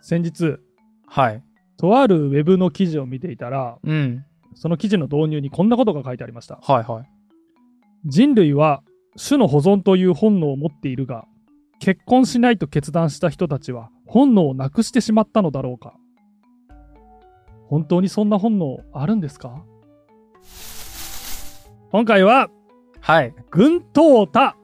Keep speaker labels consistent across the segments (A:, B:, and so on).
A: 先日、
B: はい。
A: とあるウェブの記事を見ていたら、
B: うん。
A: その記事の導入にこんなことが書いてありました。
B: はいはい。
A: 人類は種の保存という本能を持っているが、結婚しないと決断した人たちは本能をなくしてしまったのだろうか。本当にそんな本能あるんですか今回は、
B: はい。
A: 軍淘汰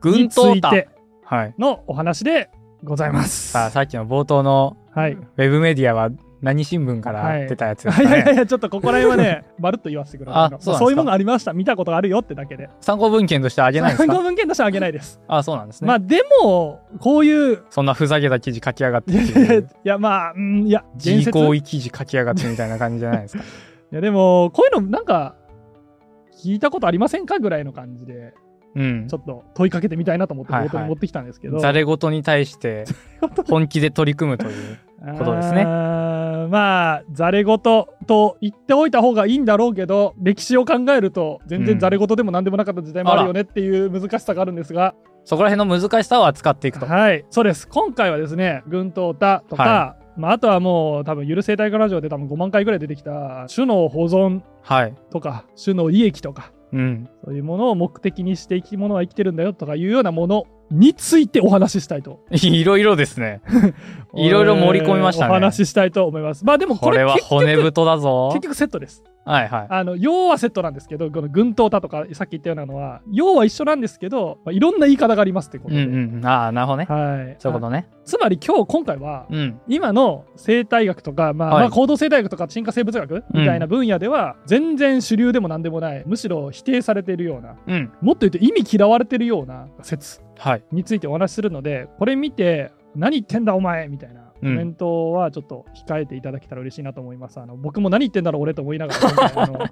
B: 軍
A: につ
B: 淘
A: い
B: 汰。
A: て
B: はい。
A: のお話でございます。
B: さあ、さっきの冒頭の
A: はい。
B: ウェブメディアは何新聞から出たやつで
A: い
B: すか
A: やいやい
B: ね。
A: や、ちょっとここら辺は ね、まるっと言わせてください。
B: あ
A: のまあ
B: そうなんですか
A: そういうものありました、見たことがあるよってだけで。
B: 参考文献としてあげないんです
A: 参考
B: か
A: 文献としてはあげないです。
B: あ、そうなん ですね。
A: まあでも、こういう、
B: そんなふざけた記事書き上がって
A: いや
B: っ
A: い
B: て
A: やい
B: い。
A: うや、まあ、うん、いや、伝
B: 自
A: 説。
B: 行
A: い
B: 為記事書き上がってみたいな感じじゃな いですか。
A: や、でも、こういうのなんか、聞いたことありませんかぐらいの感じで、
B: うん
A: ち。ょっと問いかけてみたいなと思って、
B: はいはい
A: 冒頭に持ってきたんですけど。
B: ざれ事に対して本気で取り組むという。ことですね
A: あーまあ、ざれ言と言っておいた方がいいんだろうけど、歴史を考えると、全
B: うん
A: 然ざれ言でも何でもなかった時代もあるよねっていう難しさがあるんですが、
B: そこら辺の難しさを扱っていくと。
A: はい、そうです。今回はですね、軍闘太とか、
B: は
A: まあ、あとはもう、多分ゆる生態化ラジオで多分5万回ぐらい出てきた、種の保存
B: はい。
A: とか、種の利益とか、
B: うん。
A: そういうものを目的にして生き物は生きてるんだよとかいうようなものについてお話ししたいと。
B: いろいろですね。いろいろ盛り込みました
A: え
B: ね
A: ーお話ししたいと思います。まあでもこ
B: こ
A: れ
B: れは
A: 結局
B: 骨太だぞ
A: 結。局セットです。
B: はいはい。
A: あの要はセットなんですけど、この軍刀だとかさっき言ったようなのは、要は一緒なんですけど、まあ、いろんな言い方がありますってこ
B: う
A: とで。
B: んうん。ああ、なるほどね。
A: はい、
B: そういうことね。
A: つまり今日今回は、
B: うん。
A: 今の生態学とか、まあ
B: はい
A: まあ行動生態学とか進化生物学みたいな分野では、全然主流でも何でもないむしろ否定されているような
B: うん。
A: もっと言うと意味嫌われてるような説
B: はい。
A: についてお話しするのでこれ見て何言ってんだお前みたいなコメントはちょっと控えていただけたら嬉しいなと思います、あの僕も何言ってんだろう 俺と思いながら今回あ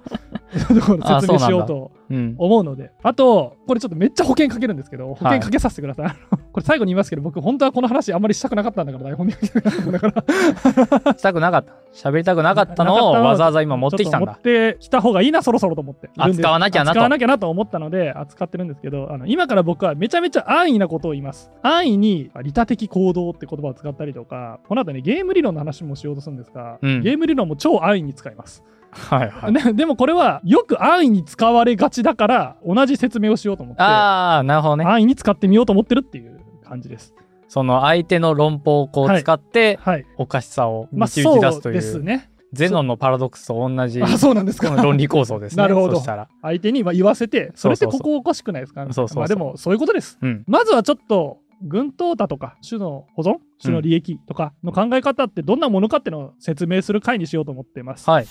A: の説明しようと
B: うん。
A: 思うのであとこれちょっとめっちゃ保険かけるんですけど保険かけさせてください、あのこれ最後に言いますけど僕本当はこの話あんまりしたくなかったんだから台本で書いてなかったんだから
B: したくなかった。喋りたくなかったのをわざわざ今持ってきたん
A: ちょ
B: だ
A: っ。と持ってきた方がいいな、そろそろと思って。いるんです
B: 扱わなきゃなと
A: 扱わなきゃなと思ったので、扱ってるんですけど、あの今から僕はめちゃめちゃ安易なことを言います。安易に、利他的行動って言葉を使ったりとか、この後ね、ゲーム理論の話もしようとするんですが、
B: うん
A: ゲーム理論も超安易に使います、
B: はいはい。
A: ね でもこれは、よく安易に使われがちだから、同じ説明をしようと思って、
B: ああ、なるほどね。
A: 安易に使ってみようと思ってるっていう感じです。
B: その相手の論法をこう使って、
A: はい。
B: おかしさを
A: まあ、
B: 導き出
A: そ
B: す
A: う
B: とい
A: です
B: う、
A: ね。
B: ゼノンのパラドックスと同じ、
A: あ、そうなんです
B: こ
A: か。
B: の論理構造ですね。
A: なるほど
B: そしたら。
A: 相手にまあ言わせて、それって
B: そうそうそ
A: こ
B: う
A: こおかしくないですか
B: そうそうそう
A: まあでも、そういうことです。
B: うん。
A: まずはちょっと、軍淘汰とか、種の保存、種の利益とかの考え方ってどんなものかってのを説明する回にしようと思っています。
B: はい。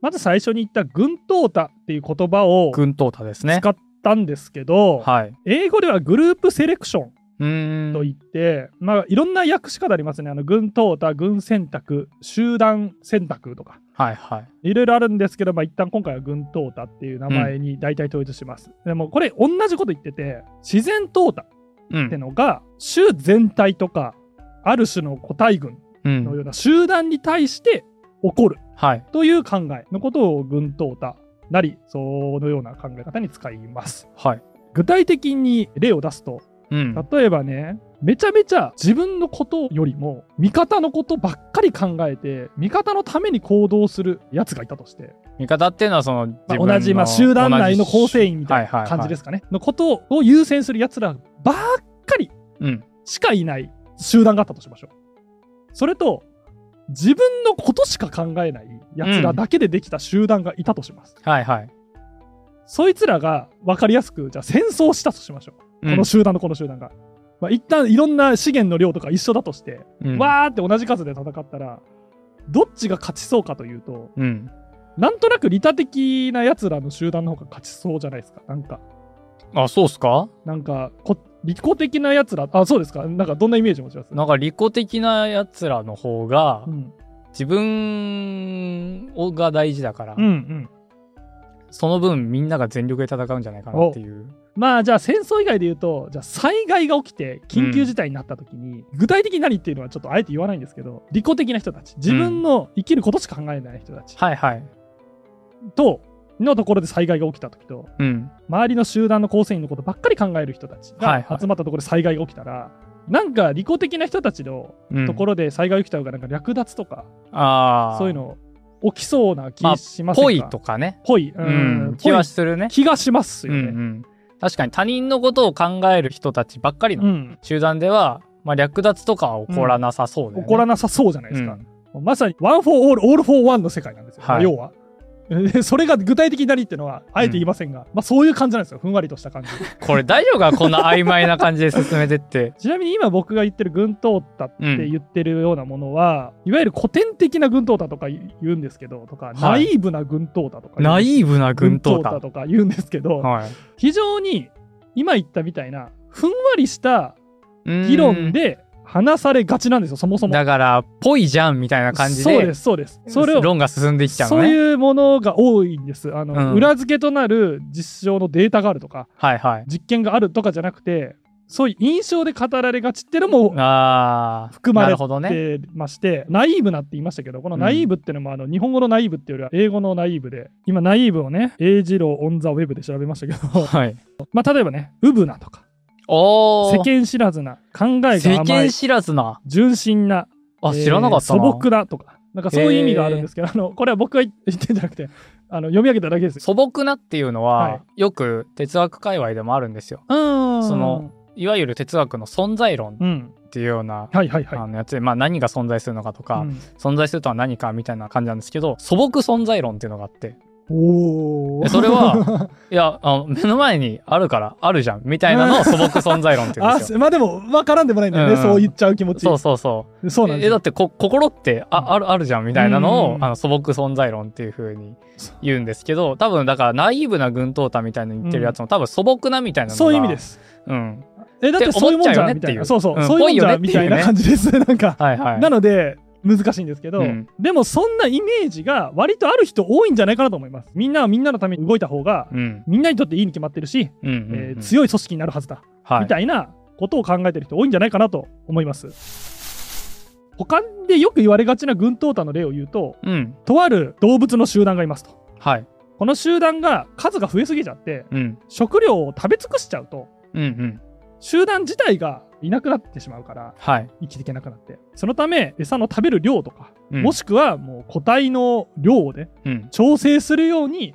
A: まず最初に言った軍淘汰っていう言葉を
B: 軍淘汰ですね。
A: 使ったんですけど、
B: はい。
A: 英語ではグループセレクション
B: うー
A: と
B: ん。
A: いって、まあいろんな訳し方ありますね。あの、軍淘汰、軍選択、集団選択とか。
B: はいはい。
A: いろいろあるんですけど、まあ、一旦今回は軍淘汰っていう名前に大体統一します。でもこれ同じこと言ってて自然淘汰
B: う
A: って
B: ん。
A: のが種全体とかある種の個体群
B: う
A: のよ
B: ん。
A: うな集団に対して起こる
B: はい。
A: という考えのことを軍淘汰なりそのような考え方に使います。
B: はい。
A: 具体的に例を出すと
B: うん。
A: 例えばねめちゃめちゃ自分のことよりも味方のことばっかり考えて味方のために行動するやつがいたとして
B: 味方っていうのはその自
A: まあ
B: 分の
A: 同じ、まあ、集団内の構成員みたい
B: はいはい
A: な
B: はい
A: 感じですかね、のことを優先するやつらばっかり
B: うん。
A: しかいない集団があったとしましょう。それと、自分のことしか考えないやつらだけでできた集団がいたとします。
B: はいはい。
A: そいつらが分かりやすく、じゃあ戦争したとしましょう。
B: うん
A: この集団とこの集団が。まあ、一旦いろんな資源の量とか一緒だとして、
B: うん
A: わーって同じ数で戦ったら、どっちが勝ちそうかというと、
B: うん。
A: なんとなく利他的なやつらの集団の方が勝ちそうじゃないですか。なんか、
B: あ、そうっすか
A: なんかこ、利己的なやつら、あ、そうですか。なんか、どんなイメージ持ちます
B: なんか利己的なやつらの方が
A: う、ん、
B: 自分をが大事だから、
A: うん、うん。
B: その分みんなが全力で戦うんじゃないかなっていう。
A: まあ、じゃあ、戦争以外で言うと、じゃあ、災害が起きて、緊急事態になった時に、具体的に何っていうのはちょっとあえて言わないんですけど、利己的な人たち、自分の生きることしか考えない人たち
B: はいはい。
A: と、のところで災害が起きた時と、
B: うん。
A: 周りの集団の構成員のことばっかり考える人たち
B: はい
A: が
B: はい
A: 集まったところで災害が起きたら、なんか利己的な人たちの
B: うん
A: ところで災害起きちゃうからなんか略奪とか、
B: ああ
A: そういうの起きそうな気
B: まあ
A: しませんか、
B: ぽいとかね
A: ぽい、う
B: うんん
A: ぽ
B: 気
A: い
B: はするね
A: 気がしますよ
B: う
A: ね。
B: んうん確かに他人のことを考える人たちばっかり
A: う
B: の
A: ん
B: 集団では、まあ、略奪とかは起こらなさそうだよね、
A: 起こらなさそうじゃないですか
B: う。ん
A: まさに、ワン・フォー・オール、オール・フォー・ワンの世界なんですよ、
B: はい
A: 要は。 でそれが具体的なりっていうのは、あえて言いませんが、まあそういう感じなんですよ、ふんわりとした 感じ。
B: これ大丈夫かこんな曖昧な感じで進め てって
A: ちなみに今僕が言ってる軍闘太って言ってるようなものは、いわゆる古典的な軍闘太とか言うんですけど、とか、
B: はい
A: ナイーブな軍闘太とか、
B: ナイーブな
A: 軍
B: 軍
A: 闘
B: 闘
A: 太
B: だ
A: とか言うんですけど、
B: はい
A: 非常に今言ったみたいな、ふんわりした
B: うーん
A: 議論で話されがちなんですよ、そもそも。
B: だからぽいじゃんみたいな感じで
A: そうです、そうです。それを
B: 論が進んでいっちゃう
A: そ
B: の
A: う
B: ね
A: いうものが多いんですあの、
B: うん
A: 裏付けとなる実証のデータがあるとか
B: はいはい
A: 実験があるとかじゃなくてそういう印象で語られがちっていうのも
B: あー
A: 含ま
B: な
A: れ
B: るほどね
A: てまして、ナイーブなって言いましたけどこのナイーブっていうのも、あの日本語のナイーブっていうよりは英語のナイーブで今ナイーブをね英二郎オン・ザ・ウェブで調べましたけど
B: はい
A: まあ例えばねウブなとか
B: お
A: 世
B: ー
A: 間知らずな考えが
B: 世
A: 甘い
B: 間知らずな
A: 純真なえ
B: あ
A: ー
B: 知らなかったな、
A: 素朴だとかなんかそういう意味があるんですけど、あのこれは僕が言ってんじゃなくてあの読み上げただけです
B: 素朴なっていうのは、
A: はい
B: よく哲学界隈でもあるんですよ
A: そ
B: その、いわゆる哲学の存在論
A: うん、
B: っていうような、
A: はいはいはい。
B: あのやつで、まあ、何が存在するのかとか、
A: うん
B: 存在するとは何かみたいな感じなんですけど素朴存在論っていうのがあって
A: おお。
B: でそれ はいやあの目の前にあるからあるじゃんみたいなのを素朴存在論って言うん
A: あ
B: です
A: す
B: よ。
A: まあでも分からんでもないんだよね、
B: うん
A: そう言っちゃう気持ち
B: そうそうそう
A: そう
B: え
A: なんで
B: え
A: す
B: だっ
A: よ
B: てこ心って
A: うん
B: ああるあるじゃんみたいな
A: うん
B: の
A: う
B: を
A: んうん
B: あの素朴存在論っていう風に
A: そ
B: 言うんですけど多分だからナイーブな軍闘隊みたいなの言ってるやつも多分素朴なみたいなのが
A: そういう意味で、す
B: うん、
A: えだってそういうもんじゃんみ
B: って
A: たい
B: 思っちゃうよねってい
A: な
B: う
A: そうそう、
B: うん
A: そういうもんじゃん
B: ぽ
A: み
B: いよ
A: た
B: ねってい
A: いう
B: ね
A: な感じです なんか、
B: はいはい
A: なので難しいんですけど、
B: うん
A: でもそんなイメージが割とある人多いんじゃないかなと思いますみんなはみんなのために動いた方が、
B: うん
A: みんなにとっていいに決まってるし、
B: うんうんうん
A: えー強い組織になるはずだ
B: はい
A: みたいなことを考えてる人多いんじゃないかなと思います。他でよく言われがちな軍闘太の例を言うと、
B: うん
A: とある動物の集団がいますと。
B: はい
A: この集団が数が増えすぎちゃって、
B: うん
A: 食料を食べ尽くしちゃうと、
B: うんうん
A: 集団自体がいなくなってしまうから、
B: はい、
A: 生きていけなくなって。そのため、餌の食べる量とか、
B: うん
A: もしくはもう個体の量をね、
B: うん
A: 調整するように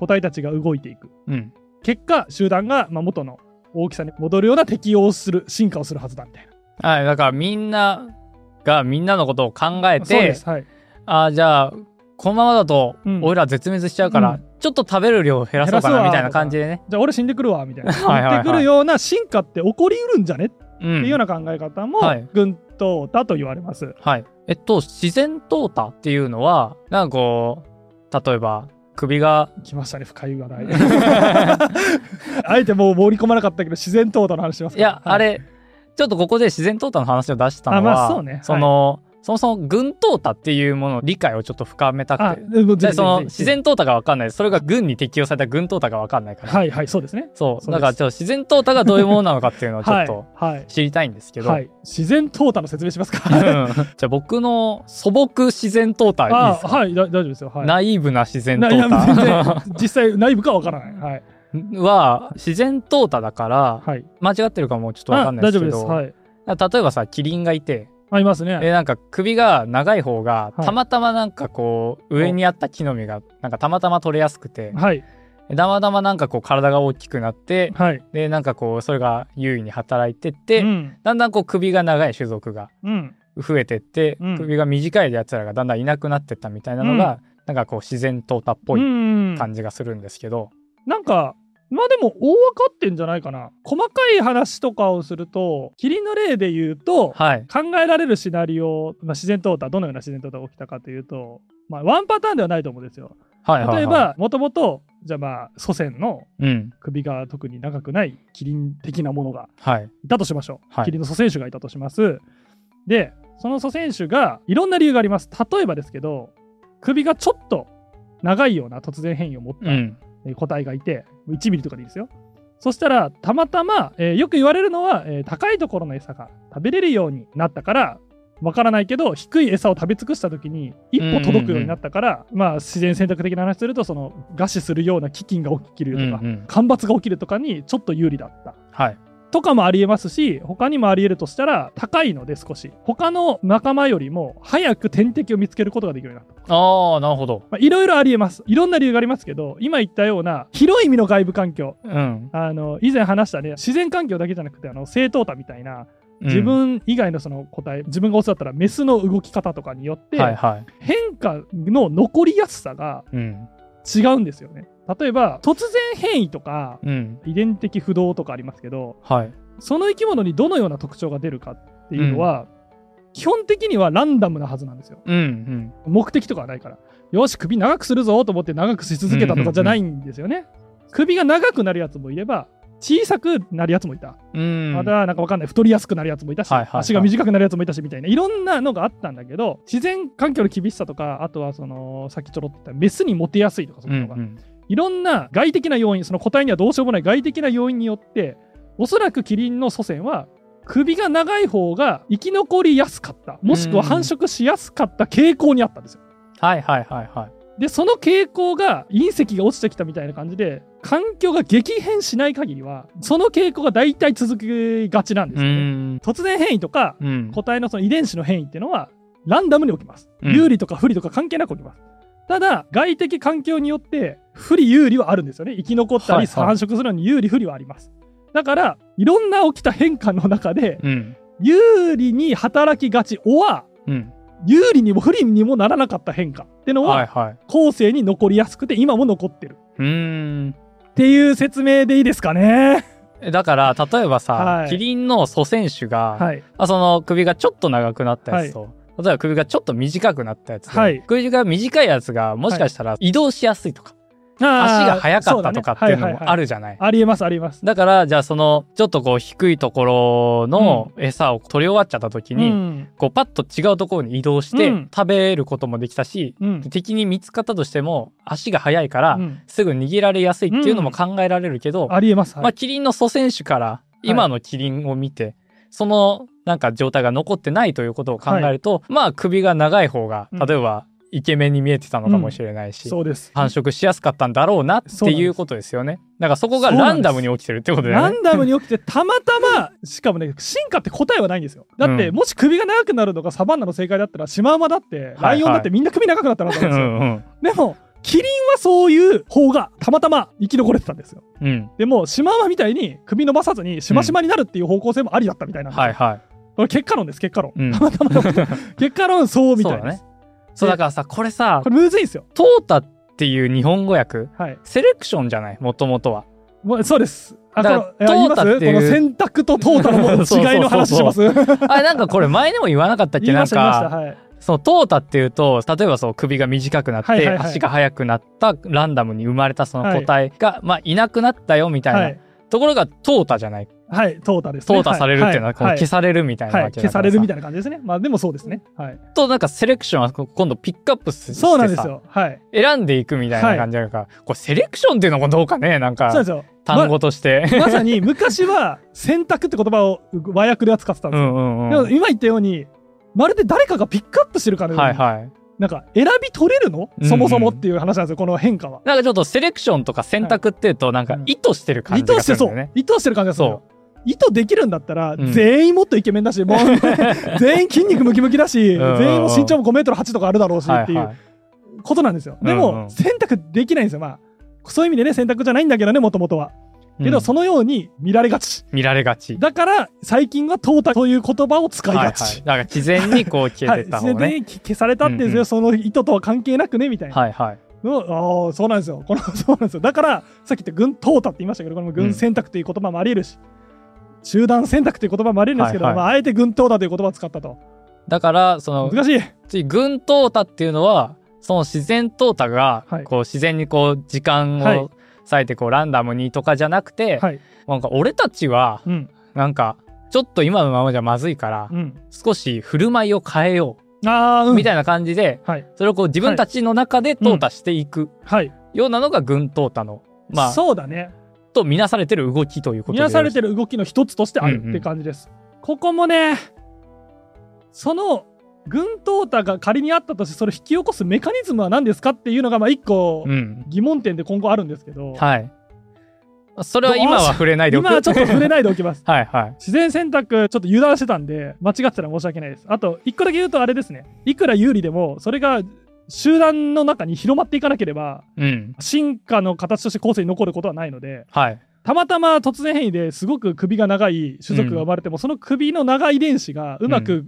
A: 個体たちが動いていく。
B: うん
A: 結果、集団がまあ元の大きさに戻るような適応をする、進化をするはずだみたいな。
B: はい、だからみんながみんなのことを考え
A: そうで
B: て
A: す。はい。
B: ああじゃあこのままだと
A: うん
B: 俺ら絶滅しちゃうか
A: う
B: ら、
A: ん
B: ちょっと食べる量を減らそう
A: 減ら
B: か
A: そうわ
B: なみたいな感じでね
A: じゃあ俺死んでくるわみたいな
B: はいはいはい
A: 言ってくるような進化って起こりうるんじゃねっ
B: うん
A: ていうような考え方も
B: はい
A: 群島だと言われます。
B: はいえっと自然淘汰っていうのはなんかこう例えば首が
A: 来ましたね深い 話題。あえてもう盛り込まなかったけど自然淘汰の話しますか
B: いや、あれちょっとここで自然淘汰の話を出したのは
A: あまあそうねはい
B: のそもそも軍淘汰っていうものの理解をちょっと深めた
A: あ
B: くて
A: でもぜ
B: で
A: ひ
B: その
A: ぜひ
B: 自然淘汰が分かんないそれが軍に適用された軍淘汰が分かんないから、
A: はいはいそうですね。
B: そ
A: そう
B: う
A: です
B: だからちょっと自然淘汰がどういうものなのかっていうのをちょ
A: は
B: っ
A: い
B: と
A: はい
B: 知りたいんですけど、
A: はい自然淘汰の説明しますか。
B: うんじゃあ僕の素朴自然淘汰いいで
A: あ
B: すか、
A: はいだ大丈夫ですよ。はい。
B: ナイーブな自然
A: な
B: 淘
A: いや全
B: 汰
A: 然実際内部かわからない。はい
B: は自然淘汰だから
A: はい。
B: 間違ってるかもちょっとわか
A: あ
B: んない
A: 大
B: で
A: 丈
B: す
A: 夫
B: け
A: です。
B: ど、
A: はい。
B: 例えばさキリンがいて
A: ありますね。
B: でなんか首が長い方が
A: はい
B: たまたまなんかこう上にあった木の実がなんかたまたま取れやすくて
A: はい
B: でたまたまなんかこう体が大きくなって
A: はい。
B: でなんかこうそれが優位に働いてって、
A: うん
B: だんだんこう首が長い種族が
A: うん
B: 増えてって、
A: うん
B: 首が短いやつらがだんだんいなくなってったみたいなのが、なんかこう自然淘汰っぽい
A: い
B: 感じがするんですけど、
A: なんか、まあでも、大分かってんじゃないかな。細かい話とかをすると、霧の例で言うと、
B: はい
A: 考えられるシナリオ、まあ、自然淘汰、どのような自然淘汰が起きたかというと、まあ、ワンパターンではないと思うんですよ。
B: はいはいは
A: 例
B: い
A: えば、もともと、じゃあまあ、祖先の
B: うん
A: 首が特に長くないキリン的なものが
B: はい
A: いたとしましょう。
B: はい
A: キリンの祖先種がいたとします。で、その祖先種がいろんな理由があります。例えばですけど、首がちょっと長いような突然変異を持った
B: うん
A: えー個体がいて1ミリとかでいいですよそしたらたまたま、えーよく言われるのは、えー高いところの餌が食べれるようになったからわからないけど低い餌を食べ尽くした時に一歩届くようになったから、まあ、自然選択的な話するとその餓死するような飢饉が起きると
B: うんう
A: か、干
B: ん
A: ばつが起きるとかにちょっと有利だった
B: はい
A: とかもありえますし他にもありえるとしたら高いので少し他の仲間よりも早く天敵を見つけることができるようになった
B: ああ、なるほど。
A: まあいろいろありえますいろんな理由がありますけど今言ったような広い意味の外部環境
B: うん。
A: あの以前話したね自然環境だけじゃなくてあの正当多みたいな
B: うん
A: 自分以外のその個体、自分がオスだったらメスの動き方とかによって、
B: はいはい。
A: 変化の残りやすさが
B: うん。
A: 違うんですよね例えば突然変異とか
B: うん。
A: 遺伝的不動とかありますけど
B: はい。
A: その生き物にどのような特徴が出るかっていうのは、基本的にはランダムなはずなんですよ
B: うん。うん。
A: 目的とかはないからよし首長くするぞと思って長くし続けたとかじゃないんですよね、首が長くなるやつもいれば小さくなるやつもいた
B: うん。
A: またなんかわかんない太りやすくなるやつもいたし、
B: はいはいはい
A: 足が短くなるやつもいたしみたいないろんなのがあったんだけど自然環境の厳しさとかあとはそのさっきちょろっと言ったメスにモテやすいとかそう
B: う
A: いうんのが、
B: うん。
A: いろんな外的な要因その個体にはどうしようもない外的な要因によっておそらくキリンの祖先は首が長い方が生き残りやすかったもしくは繁殖しやすかった傾向にあったんですよ。
B: はいはいはいはい。
A: でその傾向が隕石が落ちてきたみたいな感じで環境が激変しない限りはその傾向が大体続きがちなんです
B: う
A: よね。
B: ん。
A: 突然変異とか
B: うん。
A: 個体のその遺伝子の変異っていうのはランダムに起きます。
B: うん
A: 有利とか不利とか関係なく起きます。ただ外的環境によって不利有利はあるんですよね。生き残った
B: は
A: り
B: いはい
A: 繁殖するのに有利不利はあります。だからいろんな起きた変化の中で
B: うん。
A: 有利に働きがち or
B: うん。
A: 有利にも不利にもならなかった変化っての
B: はい
A: は
B: はい。
A: 後世に残りやすくて今も残ってる
B: うん。
A: っていう説明でいいですかね。
B: だから、例えばさ、
A: はい
B: キリンの祖先種が、
A: はい。
B: あその首がちょっと長くなったやつと、例えば首がちょっと短くなったやつで、
A: はい
B: 首が短いやつがもしかしたら移動しやすいとか、
A: 足
B: 足が速かったとかっていうのもあ
A: る。
B: るじゃない。
A: ありえますありえます。
B: だから、じゃあその、ちょっとこう低いところの餌を取り終わっちゃった時に、
A: うん
B: こうパッと違うところに移動して
A: うん
B: 食べることもできたし、
A: うん
B: 敵に見つかったとしても足が速いから、
A: うん
B: すぐ逃げられやすいっていうのも考えられるけど、
A: ありえます。はい
B: まあ、キリンの祖先種から今のキリンを見て、そのなんか状態が残ってないということを考えると、まあ首が長い方が
A: うん
B: 例えばイケメンに見えてたのかもしれないし、
A: そうです。
B: 繁殖しやすかったんだろうなっていうことですよね。だからそこが
A: そうなんです
B: ランダムに起きてるってことだ
A: ラ
B: よね。
A: ンダムに起きてたまたましかもね進化って答えはないんですよだって、
B: うん
A: もし首が長くなるのがサバンナの正解だったらシマウマだって
B: は
A: ラ
B: い
A: イオンだってみんな首長くなったはず な
B: う
A: んですよ、
B: んうん
A: でもキリンはそういう方がたまたま生き残れてたんですよ
B: うん、
A: でもシマウマみたいに首伸ばさずにしましまになるっていう方向性もありだったみたいなんですよ
B: はいは
A: これ結果論です結果論、
B: い、うん、
A: たまたま 起きた結果論そうみたい
B: そうだ
A: です
B: ねそうだからさこれさ
A: これむずいんですよ
B: 「トータ」っていう日本語訳
A: はい
B: セレクションじゃないもともとは。
A: もうそうですあこ
B: だ
A: の
B: から
A: 言いま
B: 淘汰
A: す
B: って
A: こ
B: いう
A: の選択と淘汰の もう違いの話します
B: あなんかこれ前でも言わなかったっけ
A: 言い
B: な
A: ま
B: ん
A: した言いまし
B: か
A: たはい
B: その淘汰っていうと例えばそう首が短くなって、
A: はいはいはい
B: 足が速くなったランダムに生まれたその個体が、まあ、いなくなったよみたいな、
A: はい
B: ところが淘汰じゃない
A: はい、淘汰です、ね。
B: 淘汰されるっていうのはこの消
A: 消
B: されるみたいなわけ
A: 消
B: だか
A: さ
B: ら
A: れ
B: さ
A: るみたいな感じですね。まあでもそうですね。はい。
B: となんかセレクションは今度ピックアップしてさ
A: そうなんですよ。はい。
B: 選んでいくみたいな感じだから、これセレクションっていうのもどうかねなん
A: そうなん
B: か
A: ですよ。
B: 単語として、
A: ままさに昔は選択って言葉を和訳で扱ってたんで
B: う
A: すよ。
B: んうんう
A: で
B: ん
A: も今言ったように、まるで誰かがピックアップしてるかのように、
B: はいはい
A: なんか選び取れるの
B: うん
A: そもそもっていう話なんですよ、この変化は。
B: なんかちょっとセレクションとか選択っていうとなんか意図してる感
A: 意
B: じ
A: 図
B: が
A: し
B: す
A: て
B: るんだ
A: そ
B: よね
A: う。意図してる感じがする
B: そう
A: 意図できるんだったら、
B: うん
A: 全員もっとイケメンだし、も う全員筋肉ムキムキだし、
B: うんうん
A: 全員も身長も5メートル8とかあるだろうし
B: は
A: って
B: い
A: いう
B: はい
A: ことなんですよ。で
B: うんう
A: も、
B: ん
A: 選択できないんですよ。まあ、そういう意味でね、選択じゃないんだけどね、もともとは。け
B: う
A: ど、
B: ん
A: そのように見られがち。
B: 見られがち
A: だから、最近は淘汰という言葉を使いがち。
B: はいはい、なんか自然にこう 消
A: は
B: え
A: い、
B: てった
A: 自
B: 方
A: 然
B: がね。
A: で消されたってですよ、
B: うんうん
A: その意図とは関係なくね、みたいな。
B: はいはい。
A: のああ、そうなんですよ。このそうなんですよ。だから、さっき言った軍淘汰って言いましたけど、この軍選択という言葉もあり得るし、集団選択という言葉もあり得るんですけど、
B: はいはい
A: まあ、あえて軍淘汰という言葉を使ったと。
B: だから、その、
A: 難しい。
B: 次、群淘汰っていうのは、その自然淘汰が
A: はい、
B: こう、自然にこう、時間
A: はい
B: を割いて、こう、ランダムにとかじゃなくて、
A: はい。
B: なんか、俺たちは、
A: うん。
B: なんか、ちょっと今のままじゃまずいから
A: う、ん。
B: 少し振る舞いを変えよ
A: ああ、
B: う、
A: うん。
B: みたいな感じで、
A: はい。
B: それをこう、自分たちの中で淘汰していく
A: はい。
B: ようなのが群淘汰の、まあ、
A: そうだね。
B: と見なされてる動きということ
A: 見
B: で。
A: なされてる動きの一つとしてある
B: うんうん
A: って感じです。ここもね、その軍淘汰が仮にあったとして、それを引き起こすメカニズムは何ですかっていうのが、まあ、一個
B: うん。
A: 疑問点で今後あるんですけど、
B: はい。それは今は触れないでおく
A: 今はちょっと触れないでおきます
B: はいはい。
A: 自然選択ちょっと油断してたんで間違ってたら申し訳ないですあと一個だけ言うとあれですねいくら有利でもそれが集団の中に広まっていかなければ
B: うん。
A: 進化の形として後世に残ることはないので
B: はい。
A: たまたま突然変異ですごく首が長い種族が生まれても、その首の長い遺伝子がうまく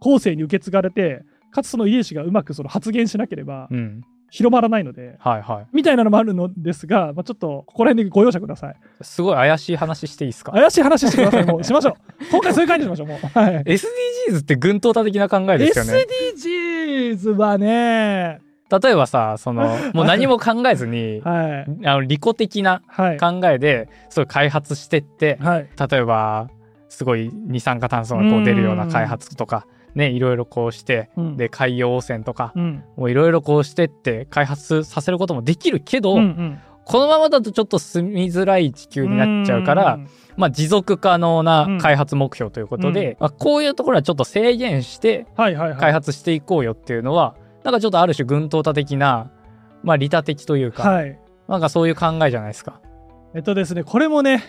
A: 後世に受け継がれて、かつその遺伝子がうまくその発現しなければ
B: うん。
A: 広まらないので、
B: はいはい。
A: みたいなのもあるのですが、まあ、ちょっとここら辺でご容赦ください。
B: すごい怪しい話していいですか
A: 怪しい話してください。もうしましょう。今回そういう感じにしましょう。もう。はい。
B: ?SDGs って群島多的な考えですよね。
A: SDGs はね、
B: 例えばさ、その、もう何も考えずに、
A: はい。
B: あの利己的な
A: はい。
B: 考えで、そう開発してって、
A: はい。
B: 例えば、すごい二酸化炭素がこう出るような開発とか、ね、いろいろこうして、
A: うん、
B: で、海洋汚染とか、
A: うん、
B: もういろいろこうしてって開発させることもできるけど、
A: うんうん
B: このままだとちょっと住みづらい地球になっちゃうから、
A: ん
B: まあ、持続可能
A: うん
B: な開発目標ということで、まあ、こういうところはちょっと制限して
A: はいはいはい。
B: 開発していこうよっていうのは、なんかちょっとある種群島多的な、まあ、利他的というか、
A: はい。
B: なんかそういう考えじゃないですか。
A: えっとですね、これもね、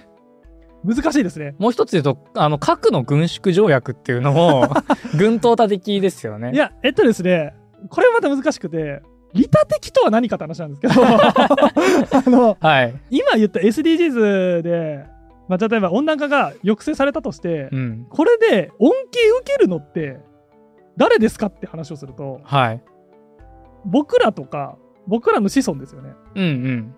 A: 難しいですね。
B: もう一つ言うとあの核の軍縮条約っていう のも群島多的ですよね。
A: いや、えっとですね、これはまた難しくて、利他的とは何かって話なんですけど、あの、
B: はい、
A: 今言った SDGs で、まあ、例えば温暖化が抑制されたとして、
B: うん
A: これで恩恵受けるのって、誰ですかって話をすると、
B: はい
A: 僕らとか、僕らの子孫ですよね。
B: うんうん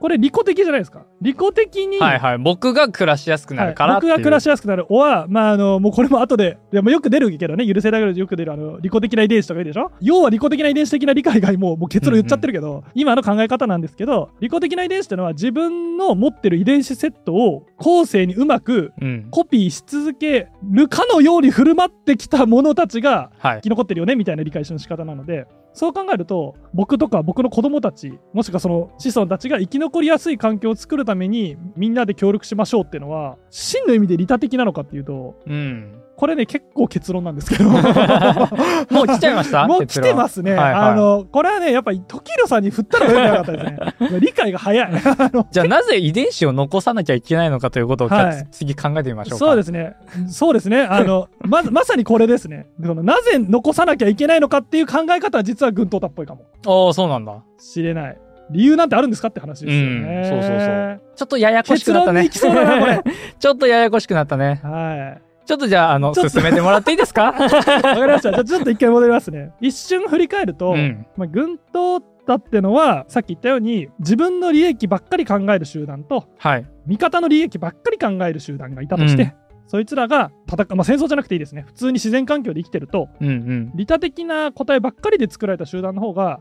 A: これ利己的じゃないですか。利己的に、
B: はいはい僕が暮らしやすくなるから
A: はい
B: ってい
A: 僕
B: う、
A: が暮らしやすくなる。おは、まあ、あの、もうこれも後で、でもよく出るけどね、許せないぐらいよく出る、あの、利己的な遺伝子とかいるでしょ要は利己的な遺伝子的な理解がもう、もう結論言っちゃってるけど、今の考え方なんですけど、利己的な遺伝子ってのは自分の持ってる遺伝子セットを後世にうまく
B: うん
A: コピーし続けるかのように振る舞ってきた者たちが
B: はい
A: 生き残ってるよねみたいな理解の仕方なのでそう考えると僕とか僕の子供たちもしくはその子孫たちが生き残りやすい環境を作るためにみんなで協力しましょうっていうのは真の意味で利他的なのかっていうと
B: うん
A: これね結構結論なんですけ ど
B: もう来ちゃいました
A: もう来てますね、
B: 結論はいはい
A: あのこれはねやっぱり時宏さんに振ったらよくなかったです ねいや理解が早いあの
B: じゃあなぜ遺伝子を残さなきゃいけないのかということを、じゃあ
A: はい
B: 次考えてみましょうか。
A: そうですね。そうですね。あ の、まず、まさにこれですね。このなぜ残さなきゃいけないのかっていう考え方は実は軍闘だっぽいかも
B: ああそうなんだ。
A: しれない。理由なんてあるんですかって話ですよね。
B: うんそうそうそうちょっとややこしくなっ
A: 結
B: た
A: 論
B: ね。
A: に行きそうだなこれ
B: ちょっとややこしくなったね。
A: はい。
B: ちょっとじゃああの
A: ちょっと
B: 進めてもらっていいですか？
A: わかりました。じゃあちょっと一回戻りますね。一瞬振り返ると、
B: うん
A: まあ、軍闘だってのは、さっき言ったように、自分の利益ばっかり考える集団と、
B: はい。
A: 味方の利益ばっかり考える集団がいたとして、
B: うん
A: そいつらが戦う、まあ、戦争じゃなくていいですね。普通に自然環境で生きてると、
B: うん
A: 利他的な答えばっかりで作られた集団の方が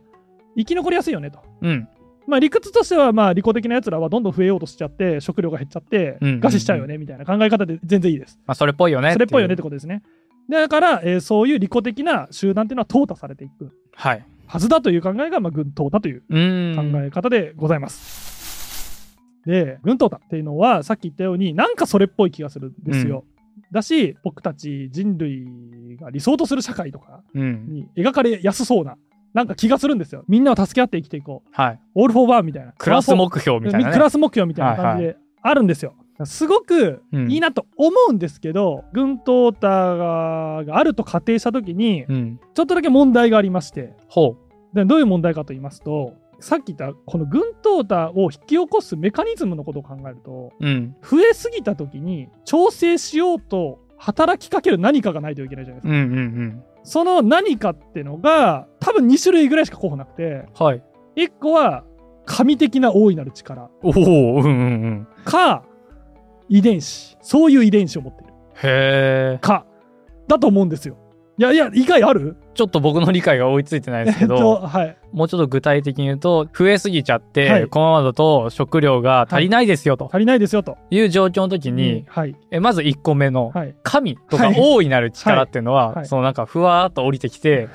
A: 生き残りやすいよねと。
B: うんうん
A: まあ、理屈としてはまあ利己的なやつらはどんどん増えようとしちゃって食料が減っちゃって
B: うんうんうん
A: 餓死しちゃうよねみたいな考え方で全然いいです。
B: まあそれっぽいよね。
A: それっぽいよねって
B: う。
A: ことですね。だから、えーそういう利己的な集団っていうのは淘汰されていく
B: はい。
A: はずだという考えが、まあ、軍淘汰という
B: う
A: 考
B: ーん。
A: え方でございます。で軍淘汰っていうのはさっき言ったようになんかそれっぽい気がするんですよ。だし僕たち人類が理想とする社会とか
B: うん。
A: に描かれやすそうな、なんか気がするんですよ。みんなを助け合って生きていこう。
B: はい。
A: オールフォーワンみたいな。
B: クラス目標みたいな
A: ク
B: ね。
A: ラス目標みたいな感じであるんですよ。すごく
B: うん
A: いいなと思うんですけど、軍トーターがあると仮定したときに、
B: うん。
A: ちょっとだけ問題がありまして、
B: ほ
A: でどういう問題かと言いますと、さっき言ったこの軍トーターを引き起こすメカニズムのことを考えると、
B: う。うん。
A: 増えすぎたときに調整しようと働きかける何かがないといけないじゃないですか
B: うんうんうん。
A: その何かってのが多分2種類ぐらいしか候補なくて
B: はい。
A: 1個は神的な大いなる力
B: おお。うんうんうん。
A: か遺伝子そういう遺伝子を持っている
B: へえ。
A: かだと思うんですよいやいや以外ある
B: ちょっと僕の理解が追いついてないですけ
A: えっ
B: ど
A: と。はい
B: もうちょっと具体的に言うと、増えすぎちゃって、
A: はい
B: このままだと食料が足りないですよと
A: 足りないですよと
B: いう状況の時に、
A: はい
B: えまず1個目の、
A: はい
B: 神とか
A: はい
B: 大いなる力っていうのは、
A: はいはい
B: そのなんかふわーっと降りて きて、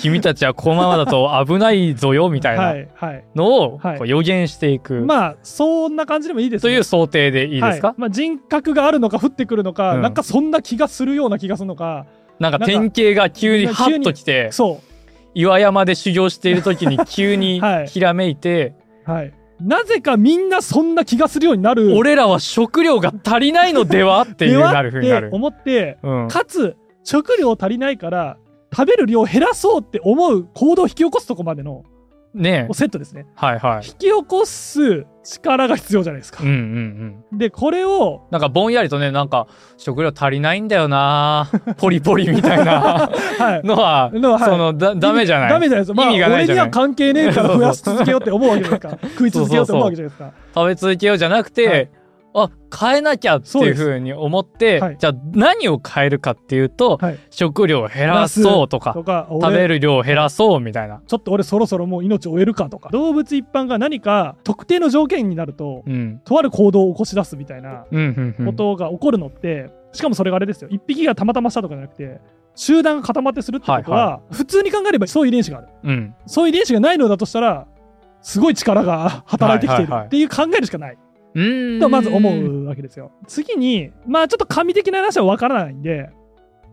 B: 君たちはこのままだと危ないぞよみたい
A: は
B: ない
A: はい
B: のを
A: はい
B: こう予言していく
A: まあそんな感じでもいいです
B: と
A: ね
B: いう想定でいいですか、
A: はまあ、人格があるのか降ってくるのか、
B: うん
A: なんかそんな気がするような気がするのか
B: なんか典型が急に
A: なん
B: ハ
A: か急に
B: ッときて
A: そ
B: 岩山で修行している時に急に
A: はい
B: ひらめいて、
A: うはいなぜかみんなそんな気がするようになる
B: 俺らは食料が足りないのではっていう
A: では
B: なるふうになる
A: って。思って、
B: うん、
A: かつ食料足りないから食べる量減らそうって思う行動を引き起こすとこまでの
B: ねえ
A: セットですね。
B: はいはい
A: 引き起こす力が必要じゃないですか
B: うん。うんうん
A: でこれを
B: なんかぼんやりとねなんか食料足りないんだ よなポリポリみたいな
A: はい
B: のは
A: のははい
B: そのだ ダメじゃない
A: ダメじゃないですか、まあ、
B: 意味がない
A: 俺
B: じゃ
A: に
B: ない
A: は関係ねえから増やし続けようって思うわけですから 食い続けようって思うわけじゃないですか
B: 食べ続けようじゃなくて、あ変えなきゃって
A: そう
B: いう
A: です
B: ふうに思って、
A: はい
B: じゃあ何を変えるかっていうと、
A: はい
B: 食料を減らそうとか
A: とか俺
B: 食べる量を減らそうみたいな。
A: ちょっと俺そろそろもう命を終えるかとか動物一般が何か特定の条件になると
B: うん
A: とある行動を起こし出すみたいな
B: うんうんう
A: こ
B: ん、
A: とが起こるのって、しかもそれがあれですよ一匹がたまたましたとかじゃなくて集団が固まってするってことは、
B: は
A: 普通に考えればそういう遺伝子がある
B: うん、
A: そういう遺伝子がないのだとしたらすごい力が 働いてきている
B: はいはいはい
A: っていう考えるしかない、
B: うーん
A: とまず思うわけですよ次にまあちょっと神的な話はわからないんで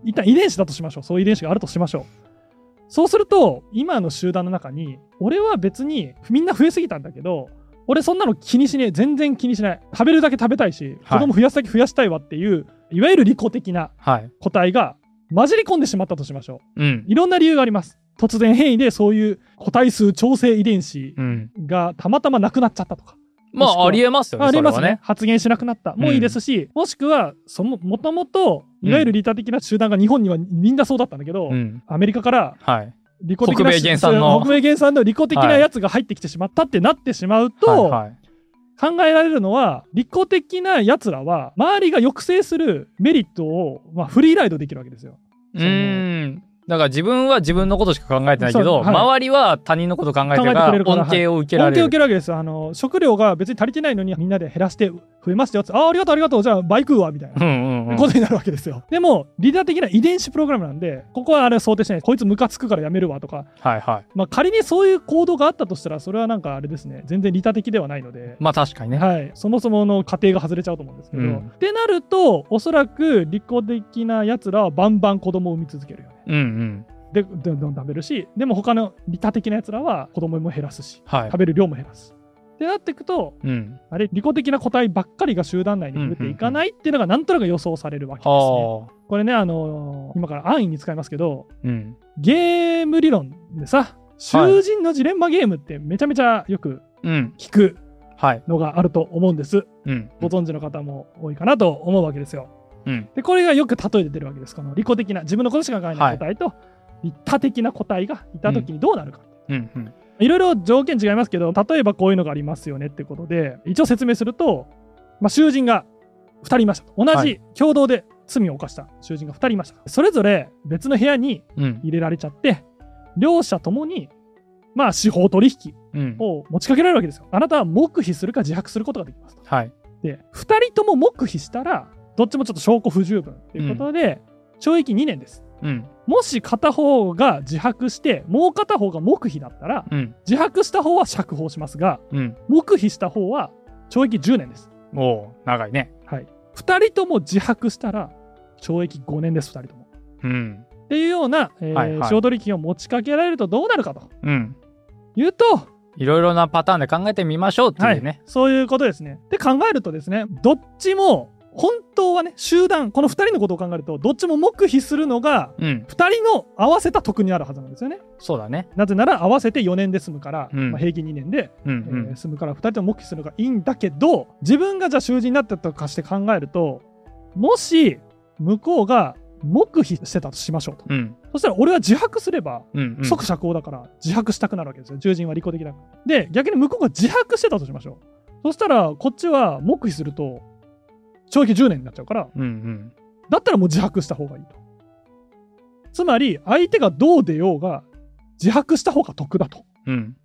A: 一旦遺伝子だとしましょうそういう遺伝子があるとしましょうそうすると今の集団の中に俺は別にみんな増えすぎたんだけど俺そんなの気にしねえ全然気にしない食べるだけ食べたいし
B: は
A: 子
B: い
A: 供増やすだけ増やしたいわっていう、い、わゆる利己的な
B: はい、
A: 個体が混じり込んでしまったとしましょ
B: うん
A: ういろんな理由があります突然変異でそういう個体数調整遺伝子
B: うん、
A: がたまたまなくなっちゃったとか
B: ま
A: もしく
B: あ
A: は
B: ありえますよね
A: あります
B: それは
A: ね
B: ね。
A: 発言しなくなった。もういいですし、もしくは、その、もともと、いわゆる利他的な集団が日本にはみんなそうだったんだけど、
B: うん
A: アメリカから
B: はい
A: 利己的
B: 北
A: な
B: 米原産の
A: 北米原産の利己的なやつが入ってきてしまったってなってしまうと、
B: はいはい
A: 考えられるのは、利己的なやつらは、周りが抑制するメリットを、まあ、フリーライドできるわけですよ。
B: うーんだから自分は自分のことしか考えてないけ
A: そう
B: ど、
A: はい
B: 周りは他人のこと考えてる
A: 考えて
B: か
A: くれ
B: ら
A: るから
B: 恩恵を受け
A: 恩恵
B: ら
A: を
B: れる。
A: 受けるわけですよ。あの、食料が別に足りてないのに、みんなで減らして増えましたよって、ああ、ありがとう、ありがとう、じゃあ倍食うわ、みたいな。
B: うんうんうん
A: ことになるわけですよ。でも、リーダー的な遺伝子プログラムなんで、ここはあれ想定しない。こいつムカつくからやめるわとか、
B: はいはい。
A: まあ仮にそういう行動があったとしたら、それはなんかあれですね、全然リーダー的ではないので、
B: まあ確かにね。
A: はい、そもそもの過程が外れちゃうと思うんですけど、
B: うん
A: ってなると、おそらく利己的なやつらはバンバン子供を産み続けるよね。
B: うんうん。
A: で、どんどん食べるし、でも他の利他的なやつらは子供も減らすし、
B: はい
A: 食。べる量も減らす。ってなっていくと、
B: うん。
A: あれ、利己的な個体ばっかりが集団内に増えていかないっていうのがなんとなく予想されるわけですね。
B: はあ。
A: これね、あのー今から安易に使いますけど、
B: うん。
A: ゲーム理論でさ、囚人のジレンマゲームってめちゃめちゃよく
B: うん。
A: 聞く
B: はい。
A: のがあると思うんです。
B: うん。
A: ご存知の方も多いかなと思うわけですよ。
B: うん。
A: で、これがよく例えて出るわけです。この利己的な、自分のことしか考えな
B: はいい
A: 個体と、利他的な個体がいたときにどうなるか。
B: うん。うん。
A: いろいろ条件違いますけど、例えばこういうのがありますよねってことで、一応説明すると、まあ、囚人が2人いました。同
B: は
A: じ
B: い
A: 共同で罪を犯した囚人が2人いました。それぞれ別の部屋に
B: うん。
A: 入れられちゃって、両者ともに、まあ、司法取引
B: うん。
A: を持ちかけられるわけですよ。あなたは黙秘するか自白することができますと。
B: はい。
A: で、2人とも黙秘したら、どっちもちょっと証拠不十分ということで、懲役2年です。
B: うん。
A: もし片方が自白して、もう片方が黙秘だったら、
B: うん。
A: 自白した方は釈放しますが、
B: うん。
A: 黙秘した方は懲役10年です。
B: おお長いね。
A: はい。2人とも自白したら、懲役5年です、2人とも。
B: うん。
A: っていうような、えー
B: はいはい
A: 司法取引を持ちかけられるとどうなるかと
B: うん。
A: いうと、
B: いろいろなパターンで考えてみましょうっていうね。
A: そういうことですね。で考えるとですね、どっちも本当はね、集団、この2人のことを考えると、どっちも黙秘するのが、
B: うん。
A: 2人の合わせた得になるはずなんですよね。
B: そうだね。
A: なぜなら合わせて4年で済むから、
B: うん
A: まあ、平均2年で、
B: うん。
A: えー
B: うん。
A: 済むから2人とも黙秘するのがいいんだけど、自分がじゃあ囚人になったとかして考えると、もし向こうが黙秘してたとしましょうと。
B: うん。
A: そしたら俺は自白すれば、
B: うん。うん
A: 即釈放だから自白したくなるわけですよ。囚人は利己的だから。で、逆に向こうが自白してたとしましょう。そしたら、こっちは黙秘すると、懲役10年になっちゃうから、
B: うん。うん。
A: だったらもう自白した方がいいと。つまり、相手がどう出ようが、自白した方が得だと。
B: うん。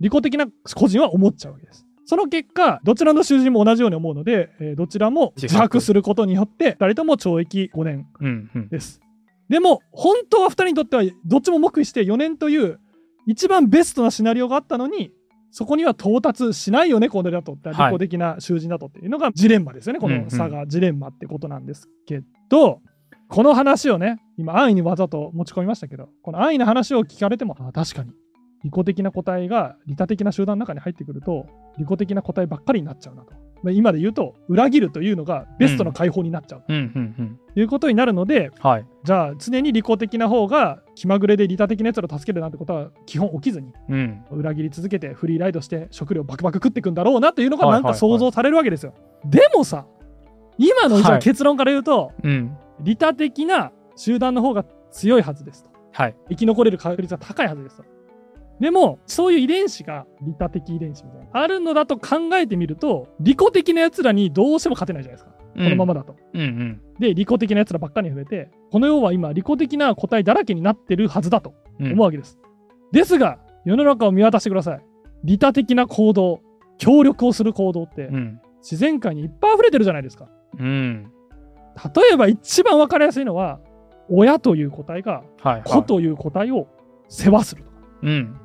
A: 利己的な個人は思っちゃうわけです。その結果、どちらの囚人も同じように思うので、えーどちらも
B: 自
A: 自
B: 白
A: 白することによって、2人とも懲役5年
B: うん。うん。
A: です。でも、本当は2人にとっては、どっちも黙秘して4年という、一番ベストなシナリオがあったのに、そこには到達しないよね、このだとって、利
B: はい
A: 己的な囚人だとっていうのがジレンマですよね、こ
B: うんう
A: の
B: ん
A: 差がジレンマってことなんですけど、この話をね、今、安易にわざと持ち込みましたけど、この安易な話を聞かれても、あ確かに、利己的な個体が利他的な集団の中に入ってくると利己的な個体ばっかりになっちゃうなと。まあ今で言うと裏切るというのがベストの解放になっちゃう
B: うんうんうん。
A: ということになるので、
B: はい。
A: じゃあ常に利己的な方が気まぐれで利他的なやつらを助けるなんてことは基本起きずに
B: うん。
A: 裏切り続けてフリーライドして食料バクバク食っていくんだろうなというのが
B: はい
A: な
B: は
A: いん
B: はい
A: か想像されるわけですよ。でもさ今の
B: はい
A: 結論から言うと、
B: うん。
A: 利他的な集団の方が強いはずですと。
B: はい。
A: 生き残れる確率が高いはずですと。でも、そういう遺伝子が利他的遺伝子みたいな。あるのだと考えてみると、利己的な奴らにどうしても勝てないじゃないですか。このままだと。
B: うんうん。
A: で、利己的な奴らばっかりに増えて、この世は今、利己的な個体だらけになってるはずだと
B: うん。
A: 思うわけです。ですが、世の中を見渡してください。利他的な行動、協力をする行動って
B: う、ん。
A: 自然界にいっぱい溢れてるじゃないですか。
B: うん。
A: 例えば、一番わかりやすいのは、親という個体が
B: はい、はい。
A: 子。という個体を世話するとか
B: うん。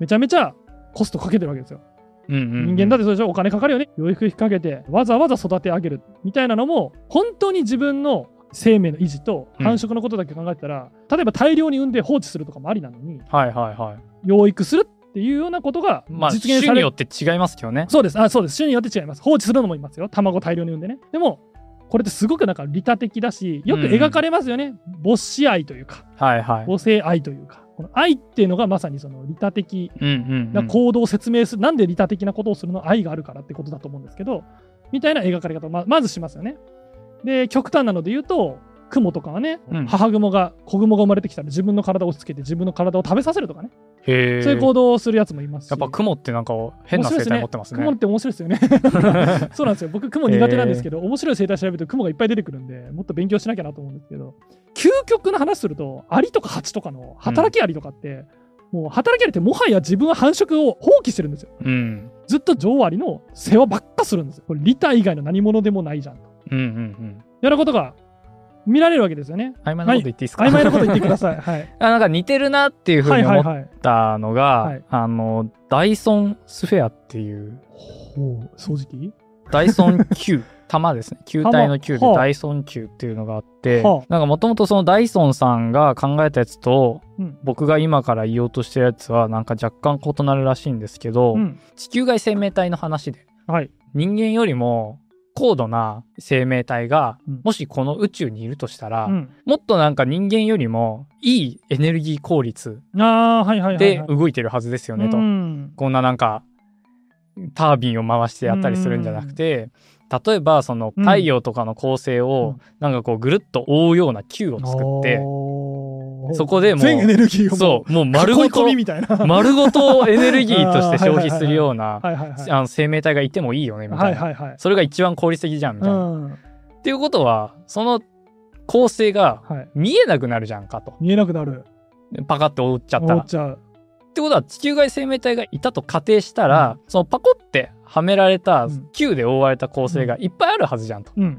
A: めちゃめちゃコストかけてるわけですよ。
B: うんうんうん
A: 人間だってそうでしょお金かかるよね。養育費かけてわざわざ育て上げるみたいなのも本当に自分の生命の維持と
B: うん
A: 繁殖のことだけ考えてたら、例えば大量に産んで放置するとかもありなのに
B: はいはいはい。
A: 養育するっていうようなことが
B: まあ、
A: 実現
B: 種
A: さ
B: に
A: れ
B: よ
A: る、
B: って違いますけどね。
A: そうですあそうです種によって違います放置するのもいますよ卵大量に産んでねでもこれってすごくなんか利他的だしよく描かれますよね、母子愛というか
B: はいはい。
A: 母性愛というかこの愛っていうのがまさにその利他的
B: うんうん、う。
A: なん行動を説明する、なんで利他的なことをするの愛があるからってことだと思うんですけど、みたいな描かれ方をままずしますよね。で、極端なので言うと、クモとかはね、
B: うん
A: 母グモが、子グモが生まれてきたら自分の体を押し付けて自分の体を食べさせるとかね、
B: へえ。
A: そういう行動をするやつもいますし。
B: やっぱ雲ってなんか変な生態持ってますね。
A: クモって面白いですよね。 そうなんですよ。僕、クモ苦手なんですけど、面白い生態調べるとクモがいっぱい出てくるんで、もっと勉強しなきゃなと思うんですけど、究極の話すると、アリとかハチとかの働きアリとかって、もう働きアリってもはや自分は繁殖を放棄してるんですよ。
B: うん。
A: ずっと女王アリの世話ばっかするんですよ。これ利他以外の何者でもないじゃんと。
B: うんうんうん。
A: やることが見られるわけですよ ね。
B: 曖昧なこと言っていいですか
A: 曖昧なこと言ってく
B: い。
A: ださい。 はい。
B: あなんか似てるなっていうふう
A: はい
B: に
A: は
B: 思
A: い
B: っ
A: はい。
B: たのが、
A: はい
B: あの、ダイソンスフェアっていう、
A: ほう、掃除機
B: ダイソン Q。玉ですね球体の球で
A: はあ
B: ダイソン球っていうのがあって
A: はあ
B: なんかもともとそのダイソンさんが考えたやつと
A: うん。
B: 僕が今から言おうとしてるやつはなんか若干異なるらしいんですけど、
A: うん。
B: 地球外生命体の話で
A: はい。
B: 人間よりも高度な生命体が、
A: うん
B: もしこの宇宙にいるとしたら、
A: うん。
B: もっとなんか人間よりもいいエネルギー効率
A: ああー、はいはいはい、
B: で
A: はい。
B: 動いてるはずですよねと、
A: うん
B: こんななんかタービンを回してやったりするんじゃなくて、例えばその太陽とかの恒星をなんかこうぐるっと覆うような球を作って、
A: おー
B: そこでもう
A: 全エネルギーを
B: そうもう
A: う
B: 丸ごと
A: 囲い込みみ たいな。は
B: 丸ごとエネルギーとして消費するような
A: いはいはい。
B: あの生命体がいてもいいよねみた
A: はいい
B: な、
A: はいはい。
B: それが一番効率 的じゃんみ
A: う
B: たいな。
A: ん。は
B: っていうことはその構成が
A: い。
B: 見えなくなるじゃんかと
A: 見えなくなる。
B: パカって覆っちゃった
A: 思
B: ら。
A: っ
B: っ
A: ちゃう。
B: てことは地球外生命体がいたと仮定したら、そのパコってはめられた
A: うん
B: 球で覆われた構成がいっぱいあるはずじゃんと。
A: うん。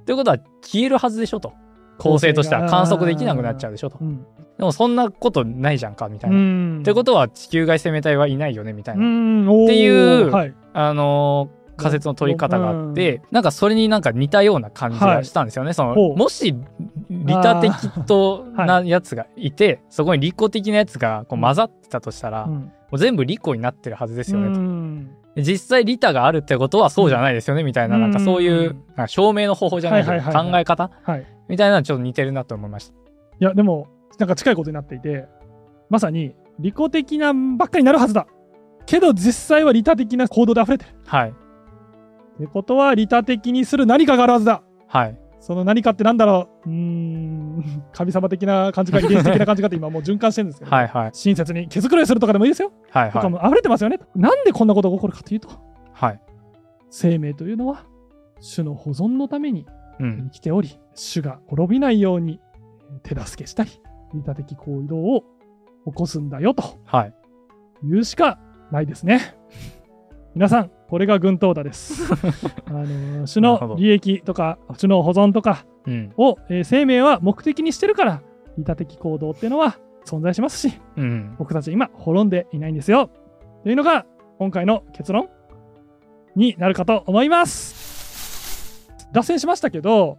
B: っていうことは消えるはずでしょと。構成としては観測できなくなっちゃうでしょと
A: う。ん。
B: でもそんなことないじゃんかみたいな。
A: ん
B: ってことは地球外生命体はいないよねみたいうな、
A: ん。おー
B: っていう
A: はい。
B: あのー仮説の取り方があって、なんかそれになんか似たような感じがしたんですよね。そ
A: ほ
B: の
A: う
B: もし利他的と
A: あー
B: なやつがいて、そこに利己的なやつがこう混ざってたとしたら、
A: う
B: も
A: ん
B: う全部利己になってるはずですよねと、
A: うん
B: 実際利他があるってことはそうじゃないですよねみたいな、
A: うん
B: なんかそういう
A: うん
B: なんか証明の方法じゃないけど、
A: はいはいはいはい
B: 考え方
A: はい。い
B: みたいなのちょっと似てるなと思いました。
A: や、でも、なんか近いことになっていて、まさに、利己的なばっかりになるはずだ。けど、実際は利他的な行動で溢れてる。
B: はい。
A: ってことは、利他的にする何かがあるはずだ。
B: はい。
A: その何かってなんだろう。うーん、神様的な感じか、遺伝子的な感じかって今もう循環してるんですけど、
B: はいはい。
A: 親切に毛づくろいするとかでもいいですよ。
B: はい
A: とか
B: はい。
A: も溢れてますよね。なんでこんなことが起こるかというと、
B: はい。
A: 生命というのは、種の保存のために
B: うん。
A: 生きており、種が滅びないようにえー手助けしたり、利他的行動を起こすんだよと
B: はい。
A: いうしかないですね。 皆さん、これが軍闘だです。あのー種
B: なるほ
A: の
B: ど
A: 利益とか、種の保存とか
B: うん。
A: を、えー生命は目的にしてるから、利他的行動っていうのは存在しますし、
B: うん。
A: 僕たち今滅んでいないんですよ。というのが、今回の結論になるかと思います。脱線しましたけど、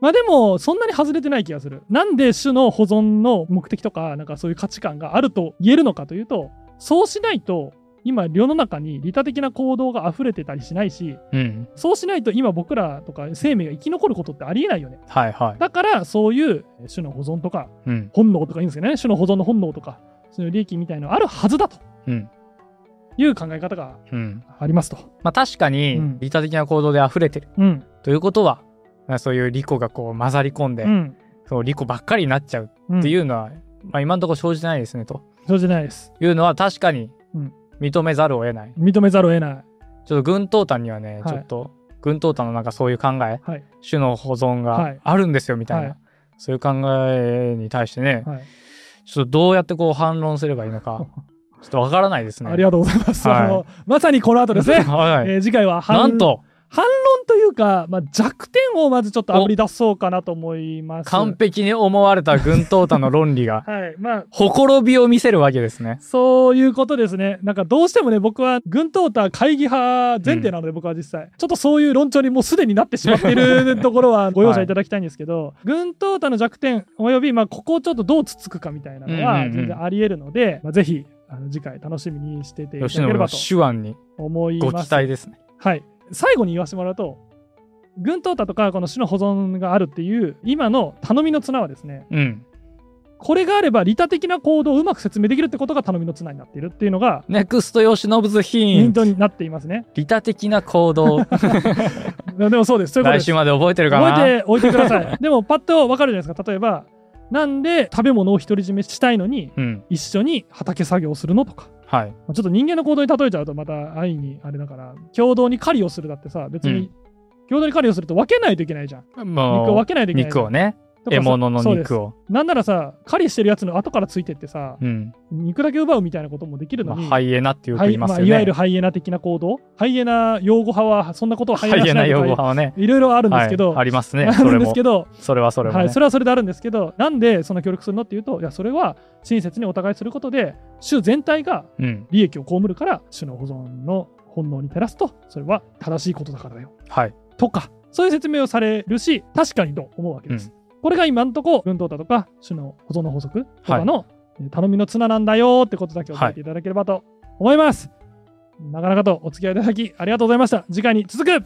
A: まあでも、そんなに外れてない気がする。なんで種の保存の目的とか、なんかそういう価値観があると言えるのかというと、そうしないと今世の中に利他的な行動が溢れてたりしないし
B: うん。
A: そうしないと今僕らとか生命が生き残ることってありえないよね
B: はいはい。
A: だからそういう種の保存とか
B: うん。
A: 本能とか言うんですよね種の保存の本能とかその利益みたいのがあるはずだと
B: うん。
A: いう考え方が
B: うん。
A: ありますと。
B: まあ確かに
A: うん、
B: 利他的な行動で溢れてる。
A: うん
B: ということは、まあそういう利己がこう混ざり込んで、
A: うん
B: そう利己ばっかりになっちゃうっ
A: う
B: てい
A: ん
B: うのは、まあ今のところ生じてないですね、と
A: そうじゃないです
B: いうのは確かに
A: うん
B: 認めざるを得ない。
A: 認めざるを得ない。
B: ちょっと軍闘団にはね、
A: はい
B: ちょっと、軍闘団のなんかそういう考え、
A: はい
B: 種の保存
A: は
B: が
A: い
B: あるんですよ、みたいな、
A: はい
B: そういう考えに対してね、
A: はい
B: ちょっとどうやってこう反論すればいい のか、ちょっとわからないですね。
A: ありがとうございます。
B: はい
A: あのまさにこの後ですね、
B: はい
A: えー次回は反
B: なんと、
A: 反論というか、まあ、弱点をまずちょっとあぶり出そうかなと思います。
B: 完璧に思われた軍闘団の論理が、
A: はいまあ
B: ほころびを見せるわけですね。
A: そういうことですね。なんかどうしてもね、僕は軍闘他会議派前提なので、僕は実際、ちょっとそういう論調にもうすでになってしまっているところ はご容赦いただきたいんですけど、軍闘他の弱点および、まあ、ここをちょっとどうつつくかみたいなの
B: うんうん
A: は
B: うん
A: 全然あり得るので、まあ、ぜひあの次回楽しみにしてていただ
B: 吉
A: け
B: 野
A: れば
B: の
A: と
B: 手腕に
A: 思い
B: ご
A: ま
B: 期
A: す。
B: 待ですね。
A: はい、最後に言わせてもらうと、軍闘他とかこの死の保存があるっていう今の頼みの綱はですね、
B: うん。
A: これがあれば利他的な行動をうまく説明できるってことが頼みの綱になっているっていうのが
B: ネクスト吉野ズヒ
A: ヒン
B: ン
A: トになっていますね。
B: 利他的な 行動。
A: でもそうです。そういうことで
B: 来
A: す。
B: 週まで覚えてるかな
A: 覚えておいてください。 でもパッとわかるじゃないですか。例えば、なんで食べ物を独り占めしたいのに
B: うん。
A: 一緒に畑作業をするのとか。
B: はい。
A: まあちょっと人間の行動に例えちゃうとまた愛にあれだから、共同に狩りをするだってさ、別に、
B: うん
A: 共同に狩りをすると分けないといけないじゃん。肉を
B: も
A: 分けないと
B: う、
A: いけないじ
B: 肉
A: ゃん。
B: をね。
A: とか
B: 獲
A: さ
B: 物の
A: そうです
B: 肉を。
A: なんならさ、狩りしてるやつの後からついてってさ、
B: うん。
A: 肉だけ奪うみたいなこともできる
B: ま
A: の
B: あ
A: に、
B: ハイエナってよく
A: は
B: 言い
A: い
B: ま
A: ますあ、
B: よ
A: いわゆる
B: ね。
A: ハイエナ的な行動ハイエナ擁護派はそんなことをハイエ
B: ハ
A: ナ
B: イ
A: し
B: エ
A: な
B: ナ
A: い
B: 用
A: と
B: 語派
A: か
B: はね。
A: いろいろあるんですけど、
B: はいありますね。
A: あ
B: そ
A: る
B: れ
A: んです
B: も
A: け。ど、
B: それはそれも
A: はい、
B: ね
A: そ。れはそれであるんですけどなんでそんな協力するのっていうといやそれは親切にお互いすることで州全体が
B: うん。
A: 利益を被るから種の保存の本能に照らすとそれは正しいことだからだよ
B: はい。
A: とかそういう説明をされるし確かにと思うわけです、
B: う
A: これが今のところ文道だとか種の保存の法則とかの、えー頼みの綱なんだよってことだけ覚えていただければと思います、なかなかとお付き合いいただきありがとうございました次回に続く